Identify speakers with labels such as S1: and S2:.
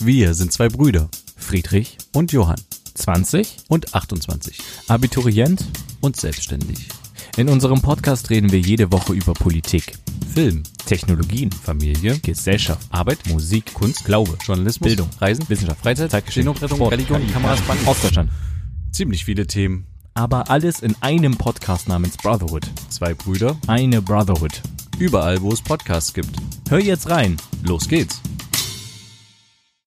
S1: Wir sind zwei Brüder,
S2: Friedrich,
S1: und Johann,
S2: 20,
S1: und 28,
S2: Abiturient.
S1: und selbstständig.
S2: In unserem Podcast reden wir jede Woche über Politik,
S1: Film,
S2: Technologien,
S1: Familie,
S2: Gesellschaft,
S1: Arbeit, Musik, Kunst, Glaube, Journalismus,
S2: Bildung,
S1: Reisen, Wissenschaft, Freizeit,
S2: Zeitgeschehen,
S1: Seenotrettung, Religion,
S2: KI,
S1: Kameraspann,
S2: Ostdeutschland.
S1: ziemlich viele Themen.
S2: Aber alles in einem Podcast namens Brotherhood.
S1: Zwei Brüder,
S2: Eine Brotherhood.
S1: überall, wo es Podcasts gibt.
S2: Hör jetzt rein.
S1: Los geht's!